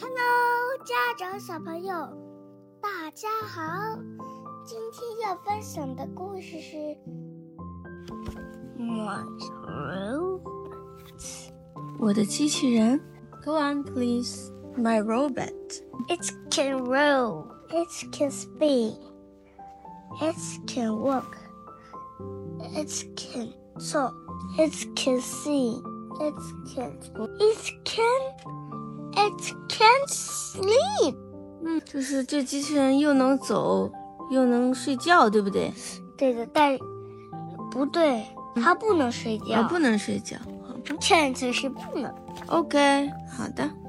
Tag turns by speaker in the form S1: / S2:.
S1: Hello，家长小朋友，大家好。今天要分享的故事是《我
S2: 我的机器人，Go on please, my robot。
S1: It can roll, it can speak, it can walk, it can talk, it can see, it can, it can, it can sleep.
S2: 嗯，就是这机器人又能走，又能睡觉，对不对？
S1: 对的，但不对，它不能睡
S2: 我
S1: 觉，
S2: 啊不能睡觉。好吧
S1: can't 是不能。
S2: OK，好的。